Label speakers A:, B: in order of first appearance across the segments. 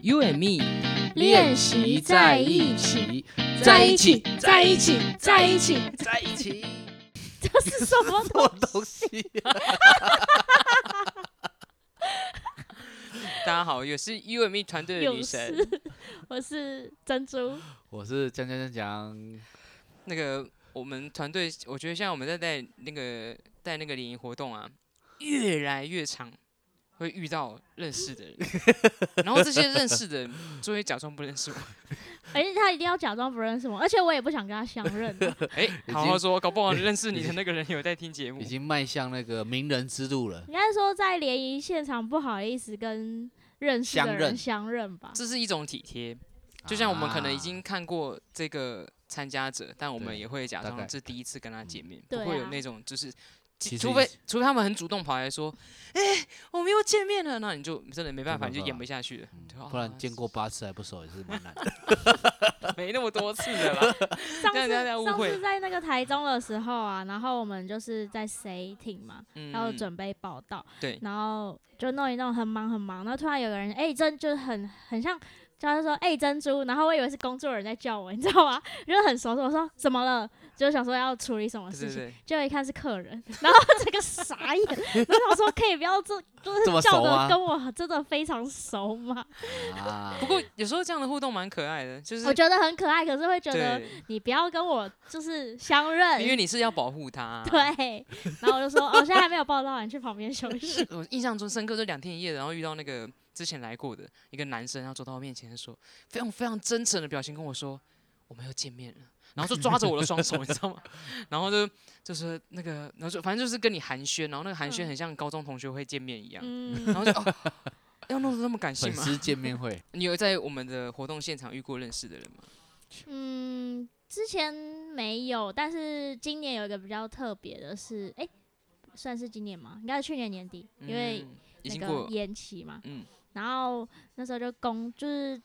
A: You and me
B: 练习在一
A: 起，
B: 在一起
A: 在一起，在一起，在一起，
B: 这是什么
A: 什
B: 东
A: 么
B: 西？
A: 东西啊？大家好，我是 You and me 团队的
B: 有
A: 女神，
B: 事？ 我是珍珠，
C: 我是江江江江，
A: 那个我们团队，我觉得像我们在带那个带那个联谊活动啊，越来越常会遇到认 识的人，然后这些认识的人就会假装不认识我。
B: 而哎且他一定要假装不认识我，而且我也不想跟他相认 啊。
A: 哎、
C: 已
A: 好好
C: 经
A: 说，搞不好认识你的那个人有在听节目
C: 已。经迈向那个名人之路了。
B: 应该说在联谊现场不好意思跟认识的
C: 相
B: 人
C: 认
B: 相认吧。
A: 这是一种体贴，就像我们可能已
C: 啊
A: 经看过这个参加者，但我们
C: 对
A: 也会假
C: 大
A: 装
C: 概嗯
A: 这第一次跟他见面，
B: 对
A: 不会有
B: 啊
A: 那种就是。
C: 其
A: 除
C: 实
A: 非
C: 已
A: 除非他们很主动跑来说，哎、我们又见面了，那你就真的没办法，
C: 没
A: 你就
C: 办
A: 演
C: 法嗯
A: 不下去了。对啊
C: 不然见过八次还不熟也是蛮难 的。
A: 没那么多次的 啦。
B: 上
A: 这样大
B: 次
A: 家误
B: 上
A: 会
B: 次在那个台中的时候啊，然后我们就是在 C 挺嘛，
A: 嗯，
B: 然后准备报道，
A: 对
B: 然后就弄一弄，很忙很忙，然后突然有个人，哎、珍就是很很像，叫他说，哎、珍珠，然后我以为是工作人在叫我，你知道吗？ 就是很熟悉，我说怎么了？就想说要处理什么
A: 对
B: 事
A: 对
B: 情，
A: 对，
B: 结果一看是客人，然后这个傻眼， 然后我说可以不要这，就
C: 这
B: 是
C: 么
B: 叫
C: 熟
B: 的
C: 吗
B: 跟我真的非常熟嘛，
C: 啊
A: 不，过有时候这样的互动蛮可爱的，就是
B: 我觉得很可爱，可是会觉得
A: 对，
B: 你不要跟我就是相认，
A: 因为你是要保护他、
B: 对，然后我就说，哦，现在还没有报道，你去旁边休 息。
A: 我印象中深刻，就两天一夜，然后遇到那个之前来过的一个男生，然后走到我面前说，非常非常真诚的表情跟我说，我们又见面了，然后就抓着我的双手，你知道吗？ 然后就就是那个，然后就反正就是跟你寒暄，然后那个寒暄
B: 嗯
A: 很像高中同学会见面一样，
B: 嗯
A: 然，后就、 哦、要弄得那么感性
C: 粉
A: 吗？
C: 丝见面会，
A: 你有在我们的活动现场遇过认识的人吗？
B: 嗯，之前没有，但是今年有一个比较特别的是，哎、算是今年吗？应该是去年年底，因为
A: 嗯已
B: 那
A: 经
B: 个
A: 过，
B: 延期嘛。
A: 嗯，
B: 然后那时候就工就是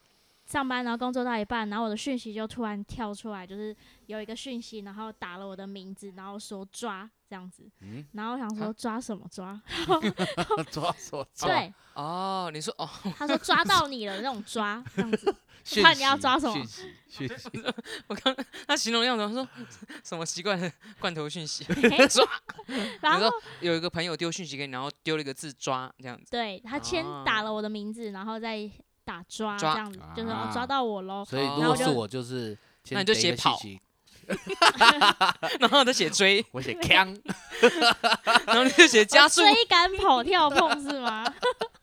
B: 上班，然后工作到一半，然后我的讯息就突然跳出来，就是有一个讯息，然后打了我的名字，然后说抓这样子，
C: 嗯，
B: 然后我想说
A: 啊
B: 抓什么抓？
C: 抓手抓
B: 对，
A: 哦，你说哦，
B: 他说抓到你了那种抓这样 子，
C: 讯
B: 怕你要
C: 息
B: 抓什么
C: 讯息讯息
A: 我刚他形容样子，他说什么奇怪的罐头讯息，
B: 嘿
A: 抓。
B: 然
A: 你
B: 后
A: 说有一个朋友丢讯息给你，然后丢了一个字“抓”这样子，
B: 对他先
A: 啊
B: 打了我的名字，然后再打抓这
A: 抓
B: 样子，就是哦
C: 啊
B: 抓到我喽。
C: 所以如
A: 然后
C: 果是
B: 就
C: 我就是先
A: 那你就
C: 给
A: 写
C: 一个
A: 跑
C: 讯息
A: 然后他写追，
C: 我写 锵，
A: 然后你就写 加速，
B: 哦追赶跑跳碰是吗？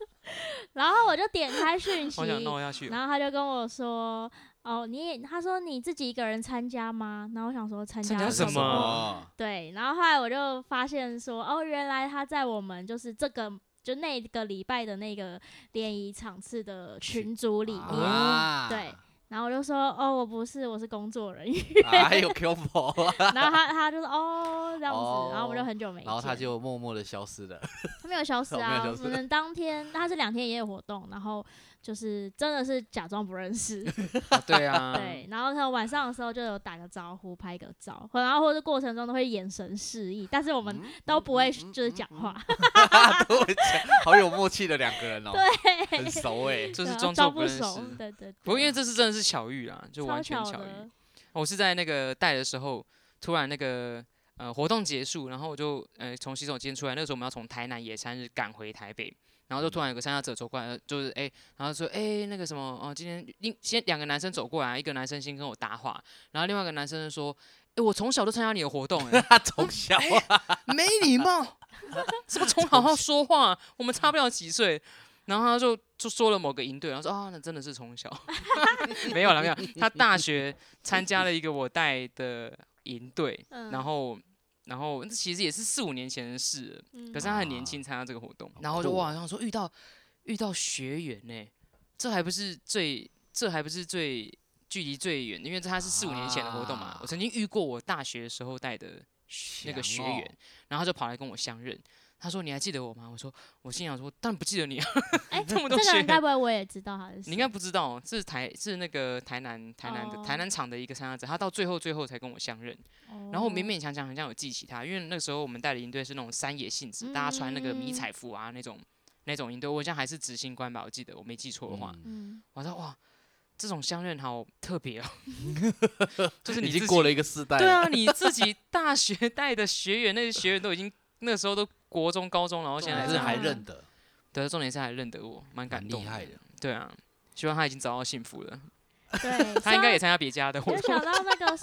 B: 然后我就点开讯息
A: 好，想闹下去哦。
B: 然后他就跟我说：“哦，你也他说你自己一个人参加吗？”然后我想说参
A: 参
B: 加
A: 加什么
C: 哦？
B: 对，然后后来我就发现说，哦，原来他在我们就是这个就那个礼拜的那个联谊场次的群组里面，
C: 啊，
B: 对，然后我就说，哦，我不是，我是工作人员。
C: 啊还有 Q 婆，
B: 然后他他就说哦这样子，
C: 哦
B: 然后我们就很久没见，
C: 然后他就默默的消失了。
B: 他没有消 失
C: 哦没
B: 啊，
C: 有消
B: 我
C: 失
B: 们当天他是两天一夜活动，然后就是真的是假装不认 识，
A: 对啊，
B: 对，然后他晚上的时候就有打个招呼，拍个照，然后或者过程中都会眼神示意，但是我们
C: 嗯
B: 都不会
C: 嗯嗯
B: 就是
C: 嗯
B: 讲
C: 嗯
B: 话，
C: 都会讲，好有默契的两个人哦，
B: 对，
C: 很熟 哎。
A: 就是
B: 对啊
A: 装作
B: 装
A: 不
B: 不
A: 认识。
B: 熟，对对，
A: 不过因为
B: 对
A: 这次真的是巧遇啦，就
B: 超
A: 完全
B: 巧
A: 巧遇
B: 的。，
A: 我是在那个带的时候，突然那个呃活动结束，然后我就呃从洗手间出来，那个时候我们要从台南野餐日赶回台北，然后就突然有个参加者走过来，就是哎、然后说哎、那个什么哦，今天另先两个男生走过来，一个男生先跟我搭话，然后另外一个男生就说。哎、我从小都参加你的活动、哎，
C: 他从小 啊，
A: 没礼 貌，什么从好好说话，我们差不了几岁。然后他就就说了某个营队，然后说啊，那真的是从小， 没有了没有，他大学参加了一个我带的营队，
B: 嗯
A: 然后然后其实也是四五年前的事了，
B: 嗯
A: 可是他很年轻参加这个活动，哦然后
C: 好
A: 就
C: 酷
A: 哇，然后说遇到遇到学员呢、这还不是最这还不是最距离最远，因为他是四五年前的活动嘛，我曾经遇过我大学的时候带的那个学
C: 强哦
A: 员，然后他就跑来跟我相认。他说：“你还记得我吗？”我说：“我心想说，当然不记得你啊，
B: 哎，
A: 这么
B: 这
A: 多
B: 个
A: 学
B: 人该
A: 员，
B: 不会我也知道他是谁？
A: 你应该不知道哦，是台是那个台南台南的、
B: 哦
A: 台南厂的一个参加者，他到最后最后才跟我相认。
B: 哦，
A: 然后我勉勉强强很像有记起他，因为那个时候我们带的营队是那种山野性质，大家穿那个迷
B: 嗯
A: 彩服啊那种那种营队，我好像还是执行官吧，我记得我没记错的话，
C: 嗯
B: 嗯，
A: 我说哇，这种相认好特别 哦，就是你
C: 已
A: 自
C: 经
A: 己
C: 过了一个世代，
A: 对，啊，你自己大学 带的学员，那些学员都已经那时候都国中、高中，然后现在
C: 还
B: 还
C: 是
B: 是
C: 啊还
B: 还
C: 认
B: 认
C: 得，
A: 对，重点是还认得我，蛮感
C: 蛮
A: 动
C: 厉害的。
A: 对啊，希望他已经找到幸福了。
B: 对，
A: 他应该也参加别家的活
B: 我
A: 动，
B: 想到那个，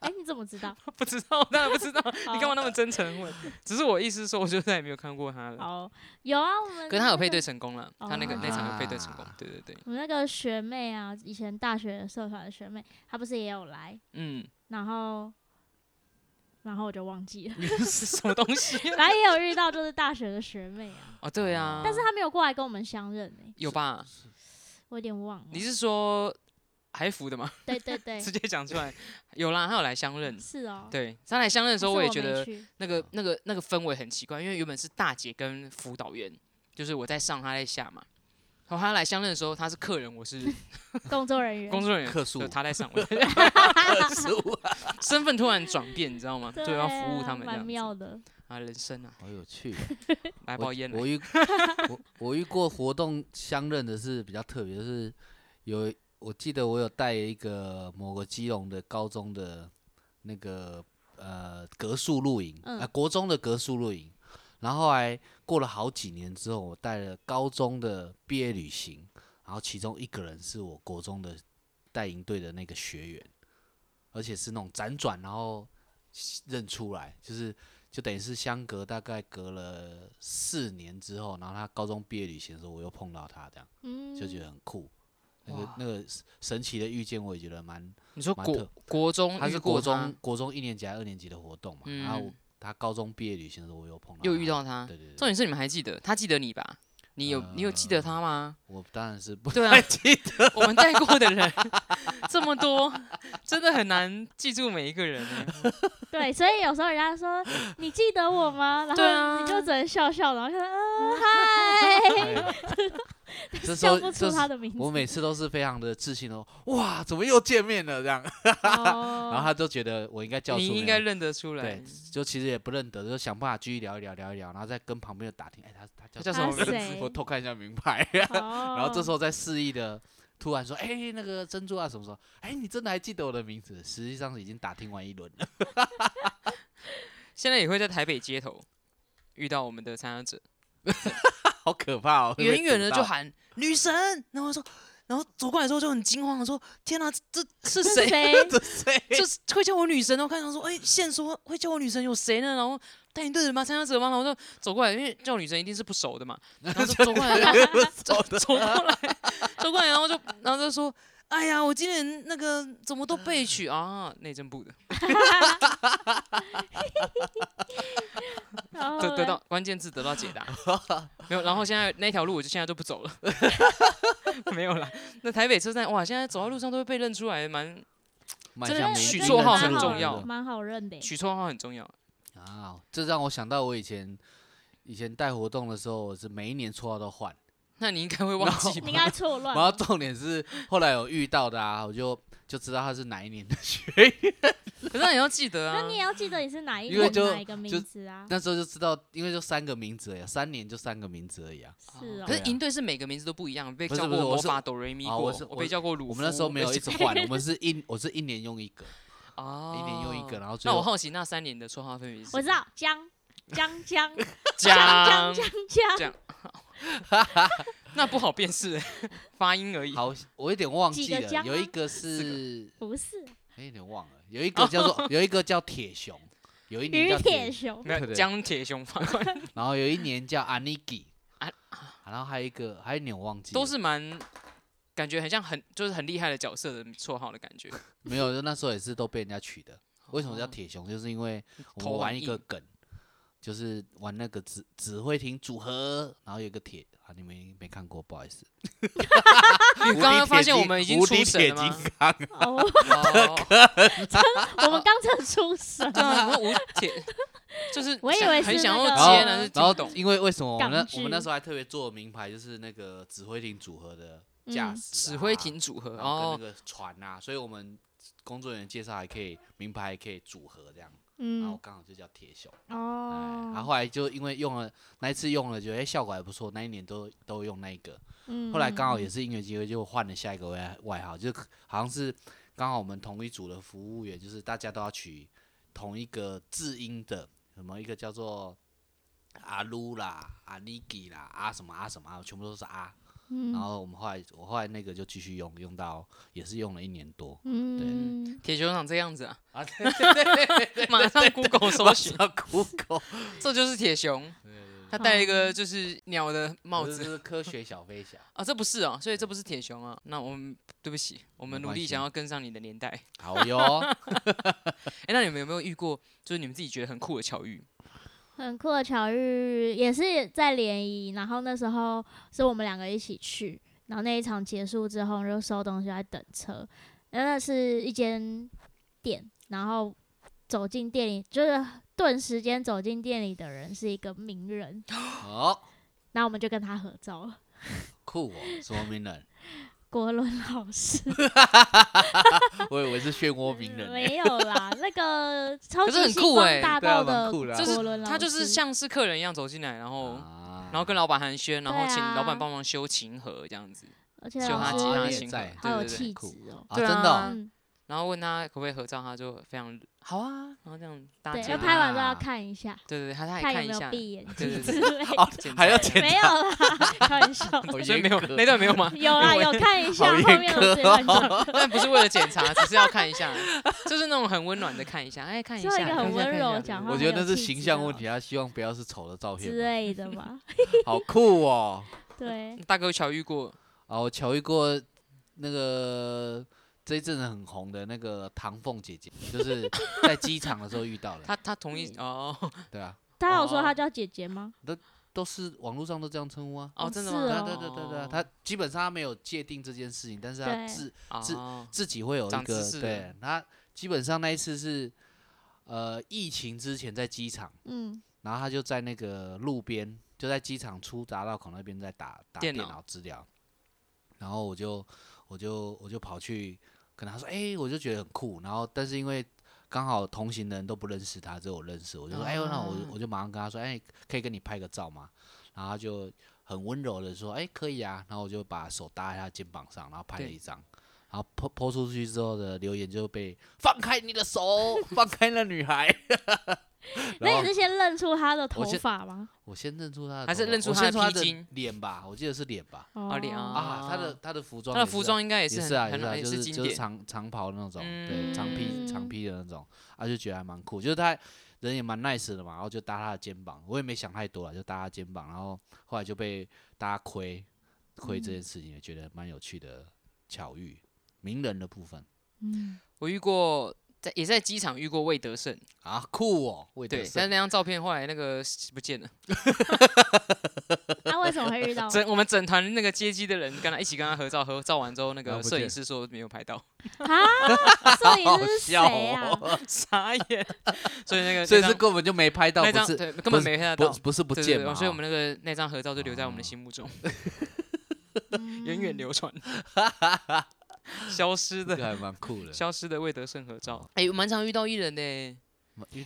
B: 哎，你怎么知道？
A: 不知道，当然不知道。你
B: 好
A: 干嘛那么真诚问？只是我意思是说，我就再也没有看过他 了。
B: 好，哦有啊，我们
A: 可是他有
B: 那
A: 配
B: 个
A: 对成功了，他那个那场有配对成功
C: 啊。
A: 对对对，
B: 我那个学妹啊，以前大学社团的学妹，她不是也有来，
A: 嗯，
B: 然后，然后我就忘 记了，
A: 是什么东西啊？
B: 来也有遇到就是大学的学妹啊，
A: 哦，对 啊，
B: 但是她没有过来跟我们相认哎、
A: 有吧？
B: 我有点忘了
A: 你。是说还服的吗？
B: 对对对，
A: 直接讲出来，有啦，他有来相认。
B: 是哎哦。
A: 对他来相认的
B: 那
A: 时候，
B: 我
A: 我也觉
B: 没
A: 得
B: 去
A: 那个那个那个氛围很奇怪，因为原本是大姐跟辅导员，就是我在上，她在下嘛。然后她来相认的时候，她是客人，我是
B: 工作人员
A: 工作人员，
C: 客诉
A: 对，她在上，我在
C: 十五，
A: 身份突然转变，你知道吗？
B: 对
A: 就要服务他们
B: 啊蛮
A: 这样
B: 妙
A: 子
B: 的。
A: 啊，人生啊，
C: 好有趣哦。
A: 来
C: 我
A: 包烟来
C: 我，遇我我遇过活动相认的是比较特别，就是有我记得我有带一个某个基隆的高中的那个呃格数露营，啊、
B: 嗯
C: 国中的格数露营，然后后来过了好几年之后，我带了高中的毕业旅行，然后其中一个人是我国中的带营队的那个学员，而且是那种辗转然后认出来，就是就等于是相隔大概隔了四年之后，然后他高中毕业旅行的时候，我又碰到他，这样
B: 嗯，
C: 就觉得很酷。那个
A: 哇
C: 那个神奇的遇见，我也觉得蛮。
A: 你说
C: 蛮
A: 国
C: 特
A: 国中
C: 他
A: 嗯遇
C: 是
A: 过
C: 国
A: 他
C: 中国中一年级还是二年级的活动嘛，然后
A: 嗯
C: 我，他高中毕业旅行的时候，我又碰到，
A: 又遇。到他
C: 对，对对，
A: 重点是你们还记得他记得你吧？你有你有记得他吗？
C: 我当然是 不
A: 对啊
C: 太记得。
A: 我们带过的 人这么多，真的很难记住每一个人欸。
B: 对，所以有时候人家 说你记得我吗？然
A: 对啊
B: 后你就只能笑笑，然后看 啊嗨，
C: 哎这时
B: 叫
C: 候
B: 不
C: 这
B: 出
C: 时
B: 他的名字。
C: 我每次都是非常的自信哦，哇，怎么又见面了这样？ 然后
B: 哦，
C: 他就觉得我应该叫出
A: 哦你
C: 名啊
A: 应
C: 了
A: 该认得出来
C: 对，，就其实也不认得，就想办法继续聊一聊，聊一聊，然后再跟旁边的打听，哎，他他
A: 他
C: 叫
A: 叫
C: 什
A: 什么
B: 他
A: 名
B: 是
A: 字？
C: 么
B: 谁
C: 我？偷看一下名牌， 然
B: 然
C: 后这时候再肆意的突然说，哎，那个珍珠啊，什么时候？哎，你真的还记得我的名字？实际上是已经打听完一轮了。
A: 现在也会在台北街头遇到我们的参加者，
C: 好可怕哦！会被
A: 远远的
C: 堵
A: 就
C: 到
A: 喊女神，然后说，然后走过来之后就很惊慌的说：“天哪、这这是
B: 这是
A: 谁？
B: 谁？
C: 这谁？
A: 就是会叫我女神。”然后看到说：“哎、现说会叫我女神有谁呢？”然后带你队的吗？参加者吗？然后就走过来，因为叫女神一定是不熟 的嘛，然后就走过来，然后走走过来，走过来，然后就然后就说。哎呀，我今年那个怎么都被取啊，内政部的
B: 然后
C: 哦
A: 得得
B: 嘞
C: 哎
A: 到关键字得到解 答，没有。然后现在那条路我就现在都不走了，没有了。那台北车站哇，现在走在路上都会被认出来，蛮
C: 蛮
A: 真的
C: 像
A: 是
C: 明
A: 取
C: 星
A: 绰
C: 的
A: 号
C: 这
A: 很
C: 种
A: 重
C: 人
A: 要
C: 的
B: 蛮好认的耶。
A: 取绰号很重要。
C: 啊！这让我想到我以前以前带活动的时候，我是每一年绰号都换。
A: 那你应该会忘记
B: 你
A: 吧
B: 应？该错 乱
C: 然后重点是后来有遇到的啊，我就就知道他是哪一年的 学
A: 可是你要记得
B: 那
A: 啊
B: 你，也要记得你是哪一
C: 因为
B: 年
C: 就
B: 哪一个名
C: 就
B: 字啊？
C: 那时候就知道，因为就三个名字而已啊，三年就三个名字而已啊。
B: 是
A: 哦
B: 哦
A: 可，
C: 对
A: 是
C: 啊
A: 营队是每个名字都不一样，被
C: 不是
A: 叫
C: 不是
A: 过
C: 我
A: 魔
C: 是
A: 法哆瑞咪
C: 哦
A: 过，
C: 我是
A: 被叫过鲁夫。
C: 我们那时候没有
A: 被
C: 一
A: 叫
C: 直换，我们是一 我是一年用一个，
A: 哦，
C: 一年用一个，然后最
A: 那我
C: 后
A: 好奇那三年的绰号分别是？
B: 我知道江江江
A: 江
B: 江江，江
A: 江那不好辨识，发音而已。
C: 好，我有点忘
B: 几
C: 记
B: 个
C: 了，
B: 江
C: 有一
B: 啊
C: 个是，
B: 不是
C: 哎，有点忘了，有一个叫做有一个叫铁熊，有一年
B: 于
C: 叫
B: 铁
C: 铁，
B: 雄
A: 没
C: 对
A: 有
C: 对
A: 江铁雄法官
C: 然后有一年叫 Aniki，
A: 啊
C: 然后还有一个还有一年我忘记了，
A: 都是蛮感觉很像很就是很厉害的角色的绰号的感 觉。
C: 没有，就那时候也是都被人家取的。为什么叫
A: 哦
C: 铁熊？就是因为我
A: 头
C: 们玩
A: 很
C: 一个
A: 硬
C: 梗，就是玩那个指指挥艇组合，然后有一个铁啊，你们没看过，不好意 思。
A: 你刚刚发现我们已经出神了吗？
C: 刚
B: 哦，
A: 哦，
B: 我们刚才出神，
A: 对啊，我无铁就是
B: 我以
A: 想
B: 为
A: 很
B: 是
A: 想
B: 那
A: 要
B: 个
A: 接，
C: 然
A: 但
C: 后
A: 是，
C: 然
A: 听不
C: 后
A: 懂。
C: 因为为什么我们
B: 港
C: 那我们那
B: 剧
C: 时候还特别做名牌，就是那个指挥艇组合的驾
B: 嗯
C: 驶、啊
A: 指挥，艇组合
C: 然后跟
A: 哦，
C: 那个船啊，所以我们工作人员介绍还可以名牌还可以组合这样。然后我
B: 嗯，
C: 刚好就叫铁熊。哎，然后
B: 哦，
C: 后来就因为用了那一次用了，觉得哎效果还不错，那一年都都用那一个。
B: 嗯
C: 后来刚好
B: 嗯
C: 也是因缘机会，就换了下一个外外号，就好像是刚好我们同一组的服务员，就是大家都要取同一个字音的，什么一个叫做阿鲁啦、阿尼基啦、啊什么啊什么啊，全部都是啊。
B: 嗯
C: 然后我们后来我后来那个就继续用，用到也是用了一年多。
B: 嗯，
A: 铁球长这样子 啊，
C: 啊，
A: 马上 Google 搜寻，
C: 酷狗，
A: 这就是铁熊，他戴了一
B: 哦
A: 个就是鸟的帽
C: 这
A: 子
C: 是科学小飞侠。
A: 啊，这不是啊，所以这不是铁熊啊。那我们对不起，我们
C: 没
A: 努
C: 关
A: 力
C: 系
A: 想要跟上你的年代。
C: 好哟，
A: 哎，那你们有没有遇过就是你们自己觉得很酷的巧遇？
B: 很酷的巧遇，也是在联谊，然后那时候是我们两个一起去，然后那一场结束之后，我们就收东西在等车，那是一间店，然后走进店里，就是顿时间走进店里的人是一个名人，
C: 好
B: 那我们就跟他合照了。
C: 酷哦，什么名人？
B: 国伦老师
C: 我以为是漩涡鸣人呢。
B: 没有啦，那 个超
A: 欸可是
B: 级
A: 很
B: 星
A: 酷
B: 光
A: 欸
B: 大
C: 对啊
B: 道
C: 蛮
B: 的
C: 酷的啊
A: 就是
B: 国伦老师，
A: 他就是像是客人一样走进来，然后
C: 啊
A: 然后跟老板寒暄，然后
B: 对
A: 请老板
B: 啊
A: 帮忙修琴盒这样子，
B: 而且
A: 修
B: 老
A: 他
B: 师
A: 吉他
C: 啊
A: 的
C: 也
A: 琴盒，
C: 在
B: 好有
A: 对对对。
B: 气
C: 酷
B: 质哦。
C: 啊，
A: 对
C: 真的哦
A: 啊
B: 嗯，
A: 然后问他可不可以合照，他就非常好啊，然后这样搭
B: 对，
A: 肩
B: 要
A: 啊，
B: 拍完之后要
C: 啊
B: 看一下，
A: 对对对，他他也
B: 看
A: 看
B: 有
A: 一
B: 没
A: 下
B: 有， 闭眼睛
A: 对对哦
B: 之
A: 对
B: 类的。
A: 检查
C: 还要
A: 一下
C: 检
B: 没有啦，开玩 笑。
C: 好
A: 所以没
C: 严
A: 有
C: 格
A: 那段没有 吗？
B: 有啦，
A: 我以
B: 有
A: 为
B: 看一下，
C: 好
B: 后
C: 严
B: 面我自己
C: 格
B: 乱讲。
A: 但不是为了检查，只是要看一下，就是那种很温暖的看一下， 哎，看一
B: 最
A: 下，
B: 后一个
A: 看
B: 很
A: 一下
B: 温
A: 看一
B: 柔
A: 下
B: 讲话
C: 我觉得
B: 很有
C: 那是
B: 气
C: 形
B: 质
C: 象
B: 的
C: 问题，他希望不要是丑的照
B: 之
C: 片吧，
B: 类的 吧。
C: 好
A: 啊
C: 酷哦！
B: 对，
A: 大哥有巧遇过，
C: 啊，我巧遇过那个这一阵子很红的那个唐凤姐姐，就是在机场的时候遇 到的，
A: 他他同
C: 嗯
A: 意哦
C: 对啊，
B: 他有
A: 哦
B: 说他叫姐姐吗？
C: 都是网络上都这样称呼啊。
A: 哦，
B: 哦
A: 真的
B: 是
A: 吗？
C: 对啊，
B: 哦
C: 对对对对啊，他基本上他没有界定这件事情，但是他
B: 对
C: 自
A: 他
C: 自
A: 哦
C: 自己会有一
A: 长
C: 个
A: 知识
C: 对
A: 了，
C: 他基本上那一次是呃疫情之前在机场，
B: 嗯，
C: 然后他就在那个路边，就在机场出匝道口那边在打打
A: 电
C: 电
A: 脑
C: 脑资料，然后我就我就我就跑去跟他说，哎、我就觉得很酷，然后但是因为刚好同行的人都不认识他，只有我认识，我就说，哎、呦，那我
A: 啊
C: 我就马上跟他说，哎、可以跟你拍个照吗？然后他就很温柔的说，哎、可以啊，然后我就把手搭在他肩膀上，然后拍了
A: 对
C: 一张。然后抛抛出去之后的留言就被放开你的手，放开那女孩。 然
B: 那
C: 后。
B: 你是先认出他的头
C: 我先
B: 发吗？
C: 我先认出他的头发，
A: 还是认出
C: 我
A: 他
C: 先
A: 的
C: 他
A: 披巾
C: 脸吧？我记得是脸吧？
A: 哦脸啊
C: 啊，他的他的服装
A: 他
C: 也是，
A: 的服装应该也
C: 也
A: 是
C: 是啊，也
A: 很很
C: 是啊，
A: 也
C: 就是
A: 经
C: 就是
A: 典，
C: 长长袍那种，对，长
B: 嗯
C: 披长披的那种，啊，就觉得还蛮酷，就是他人也蛮 nice 的嘛，然后就搭他的肩膀，我也没想太多了，就搭他肩膀，然后后来就被大家亏亏
A: 嗯
C: 这件事情，也觉得蛮有趣的巧遇，名人的部分
B: 嗯，
A: 我遇过。在也在机场遇过魏德胜，
C: 啊，酷哦，魏德
A: 对，但是
C: 胜
A: 那张照片后来那个不见了，
B: 那为什么会遇到？
A: 整我们整团那个接机的人跟他一起跟他合照，合照完之后，那
C: 然
A: 个
C: 后啊不
A: 摄影
C: 见
A: 师说没有拍 到，
B: 啊，摄影师是
C: 好笑
B: 谁啊？
C: 哦，
A: 傻眼，所以那个
C: 所以
A: 那
C: 是
A: 张
C: 根本就没拍到，
A: 那
C: 不
A: 张
C: 是
A: 对根本
C: 是
A: 没拍
C: 不
A: 到，
C: 不是不
A: 对对
C: 见
A: 对
C: 嘛，
A: 所以我
C: 哦
A: 们那个那张合照就留在我们的
C: 哦
A: 心 目中，
B: 嗯
A: 源远流传，消失
C: 啊这个
A: 的
C: 还蛮酷 的。
A: 消失的魏德胜合照。哎、蛮常遇到艺人的、
C: 欸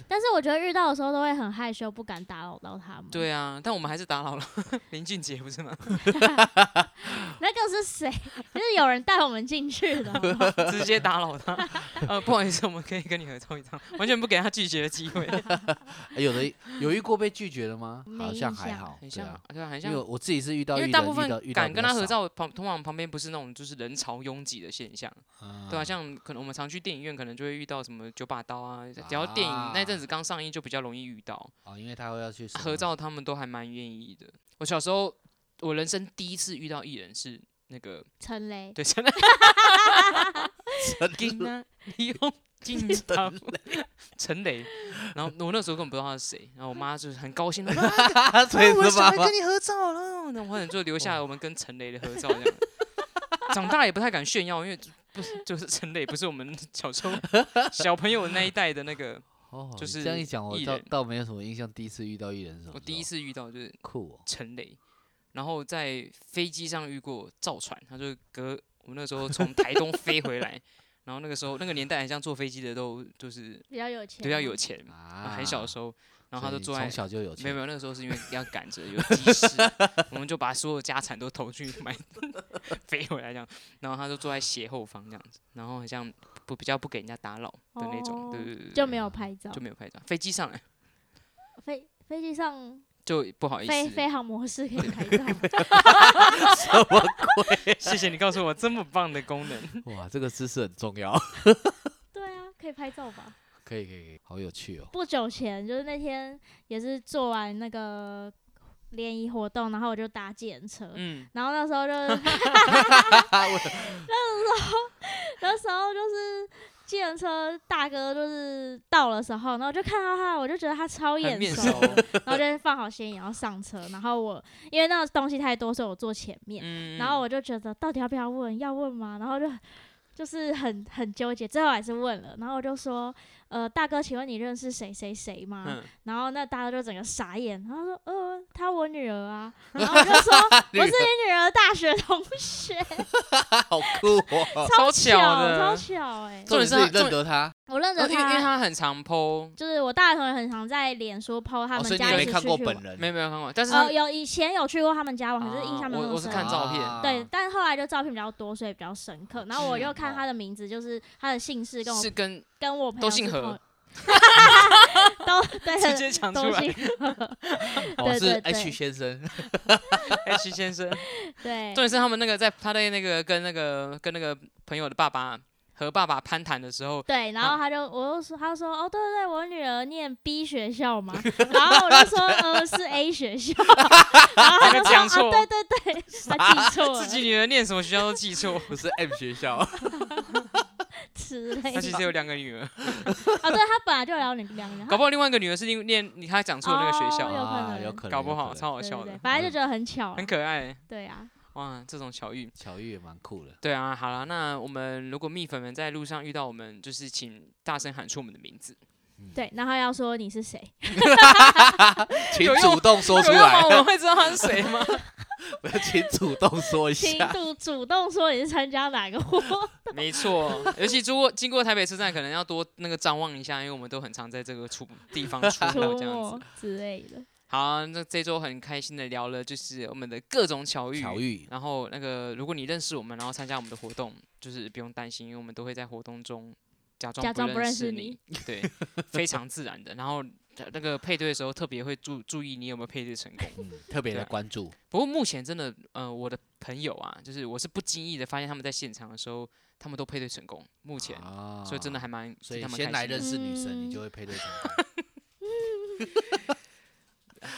B: 但是我觉得遇到的时候都会很害羞，不敢打扰到他们。，
A: 对啊，但我们还是打扰了林俊杰，不是吗？
B: 那个是谁？就是有人带我们进去的好 不好。
A: 直接打扰 他。呃，不好意思，我们可以跟你合照一张，完全不给他拒绝的机会。
C: 哎有的有遇过被拒绝的吗？
B: 没
C: 好像
B: 印
C: 还
B: 象
C: 好，
A: 很
C: 对
A: 像
C: 啊
A: 啊，，对啊，很
C: 因
A: 像
C: 为。我自己是遇到
A: 因为
C: 遇
A: 大
C: 人
A: 部
C: 遇
A: 分
C: 到遇到
A: 敢
C: 比
A: 跟
C: 较
A: 他合
C: 少，
A: 照，旁通常旁边不是那种就是人潮拥挤的现象，对
C: 嗯
A: 啊，像可能我们常去电影院，可能就会遇到什么九把刀啊，只要电影那阵子刚上映就比较容易遇到。
C: 哦，因为他会要去什么
A: 合照，他们都还蛮愿意的。我小时候，我人生第一次遇到艺人是那个
B: 陈雷，
A: 对，真的金啊， 利用金常 陈雷。然后我那时候根本不知道他是谁，然后我妈就是很高 兴的，啊
C: 啊，所以
A: 我的
C: 是
A: 小
C: 吧
A: 孩？跟你合照了，那我很就留下
C: 哇
A: 了我们跟陈雷的合照这样。 长大也不太敢炫耀，因为就不是就是陈磊，不是我们 小时候小朋友那一代的那个。
C: 哦，
A: 就
C: 你这样
A: 是
C: 一讲，我
A: 艺
C: 倒
A: 人
C: 倒没有什么印象，第一次遇到艺人是什么？
A: 我第一次遇到就是
C: 酷哦，
A: 陈雷，然后在飞机上遇过赵传，他就隔我们那时候从台东飞回来，然后那个时候那个年代，很像坐飞机的都就是
B: 比较有钱，
A: 都要有，钱，
C: 啊
A: 嗯很小的时候，然后他
C: 所
A: 就
C: 以
A: 坐在
C: 从小就有钱，
A: 没有没有，那个时候是因为要赶着有急事，我们就把所有家产都投去买飞回来这样，然后他就坐在斜后方这样子，然后好像不比较不给人家打扰的那种，对
B: 哦
A: 对对对，
B: 就没有拍照
A: 就。没有拍照，飞机上来
B: 飞飞机上
A: 就不好意
B: 飞
A: 思，
B: 飞行模式可以拍 照，
A: 谢谢你告诉我这么棒的功 能，
C: 哇，这个知识很重 要，
B: 对啊，可以拍照吧。
C: 可以可以可以，好有趣哦。
B: 不久前就是那天也是做完那个联谊活动，然后我就搭电车，
A: 嗯，
B: 然后那时候 就是 那时候那时候就是计程车大哥就是到的时候，然后我就看到他，我就觉得他超
A: 很
B: 眼
A: 面
B: 熟哦
A: 熟，哦
B: 的，然后就放好行李，然后上车，然后我因为那个东西太多，所以我坐前面，
A: 嗯，
B: 然后我就觉得到底要不要问，要问吗？然后就就是很很纠结，最后还是问了，然后我就说，呃，大哥，请问你认识谁谁谁吗？
A: 嗯，
B: 然后那大家就整个傻眼，然后说：“呃，她我女儿 啊。”然后我就说：“
A: 啊
B: 我是你女儿大学同学，
C: 好酷哦！
A: 超
B: 巧
A: 巧的
B: 超，巧哎、
A: 重点是
C: 你
A: 他
C: 认得他，
B: 我认
A: 呃
B: 得
A: 因为因为
B: 她，
A: 他很常 PO，
B: 就是我大学同学很常在脸书 PO 他
C: 哦所
B: 们
C: 以你
B: 家
C: 也
B: 一
C: 没
B: 起
C: 看
B: 出
C: 过
B: 去
C: 本
B: 玩。
C: 人，
A: 没有没有看过，但是他
B: 呃，有以前有去过他们家玩，可是印象没有那
A: 啊我
B: 么
A: 我是
B: 深。
A: 看照片
C: 啊
B: 对，，但后来就照片比较多，所以比较深刻。然后我
A: 是
B: 又看
C: 哦
B: 她的名字，就是她的姓氏跟我
A: 是跟
B: 跟我朋友
A: 都
B: 是
A: 姓
B: 同
A: 何，
B: 都对
A: 直接讲出
B: 都
A: 来哦
B: 姓 何，
C: 我哦
B: 对
C: 是
B: 对对
C: H 先生，，
A: ，H 先生。
B: 对
A: 重点是他们那个在他在那个跟那个跟那个朋友的爸爸和爸爸攀谈的时候，
B: 对，然
A: 好
B: 后他就，我就说，他就说，哦，对对对，我女儿念 B 学校 嘛，然后我就说，呃，是 A 学校，然后他就
A: 讲
B: 说，
A: 错
B: 啊，对对 对，他记错
A: 自己
B: 了
A: 女儿念什么学校都记 错
C: 不是 M 学 校，
B: 之类
A: 他其实
B: 的，
A: 有两个女儿，
B: 啊，对他本来就聊你两个人，
A: 搞不好另外一个女儿是念念你他讲错那个学校，
B: 哦有可
C: 啊
B: 能
C: 有可能，
A: 搞不
C: 有可
A: 好
C: 能
A: 超
B: 对
A: 好笑
B: 对对
A: 的，嗯
B: 反正就觉得很巧啊，
A: 很可爱，
B: 对啊，
A: 哇，这种巧遇。
C: 巧遇也蛮酷 的。
A: 对啊，好了，那我们如果蜜粉们在路上遇到我们，就是请大声喊出我们的名字。
B: 对，然后要说你是谁，
C: 请
A: 有用
C: 主动说出
A: 有用吗？
C: 来
A: 我， 们会知道他是谁吗？
C: 请主动说一
B: 请
C: 下。
B: 主主动说你是参加哪个活 动，
A: 没错，尤其经过经过台北车站，可能要多那个张望一下，因为我们都很常在这个出地方出
B: 出
A: 没这样子
B: 没。之类 的，
A: 好，那这周很开心的聊了，就是我们的各种巧遇。
C: 巧遇，
A: 然后那个，如果你认识我们，然后参加我们的活动，就是不用担心，因为我们都会在活动中假
B: 假
A: 装
B: 装不认
A: 识
B: 识
A: 你，对，非常自然的。然后呃那个配对的时候，特别会注注意你有没有配对成功。
C: 嗯，特别
A: 对
C: 的
A: 啊
C: 关注，
A: 不过目前真的，呃，我的朋友啊，就是我是不经意的发现他们在现场的时候，他们都配对成功。目前，
C: 啊
A: 所以真的还蛮
C: 所
A: 替
C: 以
A: 他们
C: 先来
A: 开心的
C: 认识女生，
B: 嗯
C: 你就会配 对成功。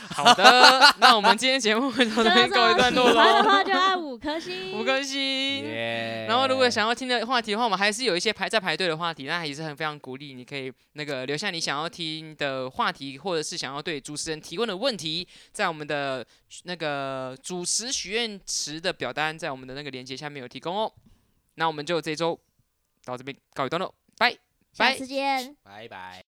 A: 好的， 那我们今天节目就到
B: 真
A: 这边
B: 的
A: 告一段
B: 喜
A: 落
B: 欢
A: 喽
B: 的。话就按五颗星，
A: 五颗 星。
C: 耶
A: 然后，如果想要听的话题的话，我们还是有一些排在排队的话题，那也是很非常鼓励你可以那个留下你想要听的话题，或者是想要对主持人提问的问题，在我们的那个主持许愿池的表单，在我们的那个链接下面有提供哦。那我们就这周到这边告一段落，拜。
B: 下
A: 拜
B: 次见。
C: 拜拜。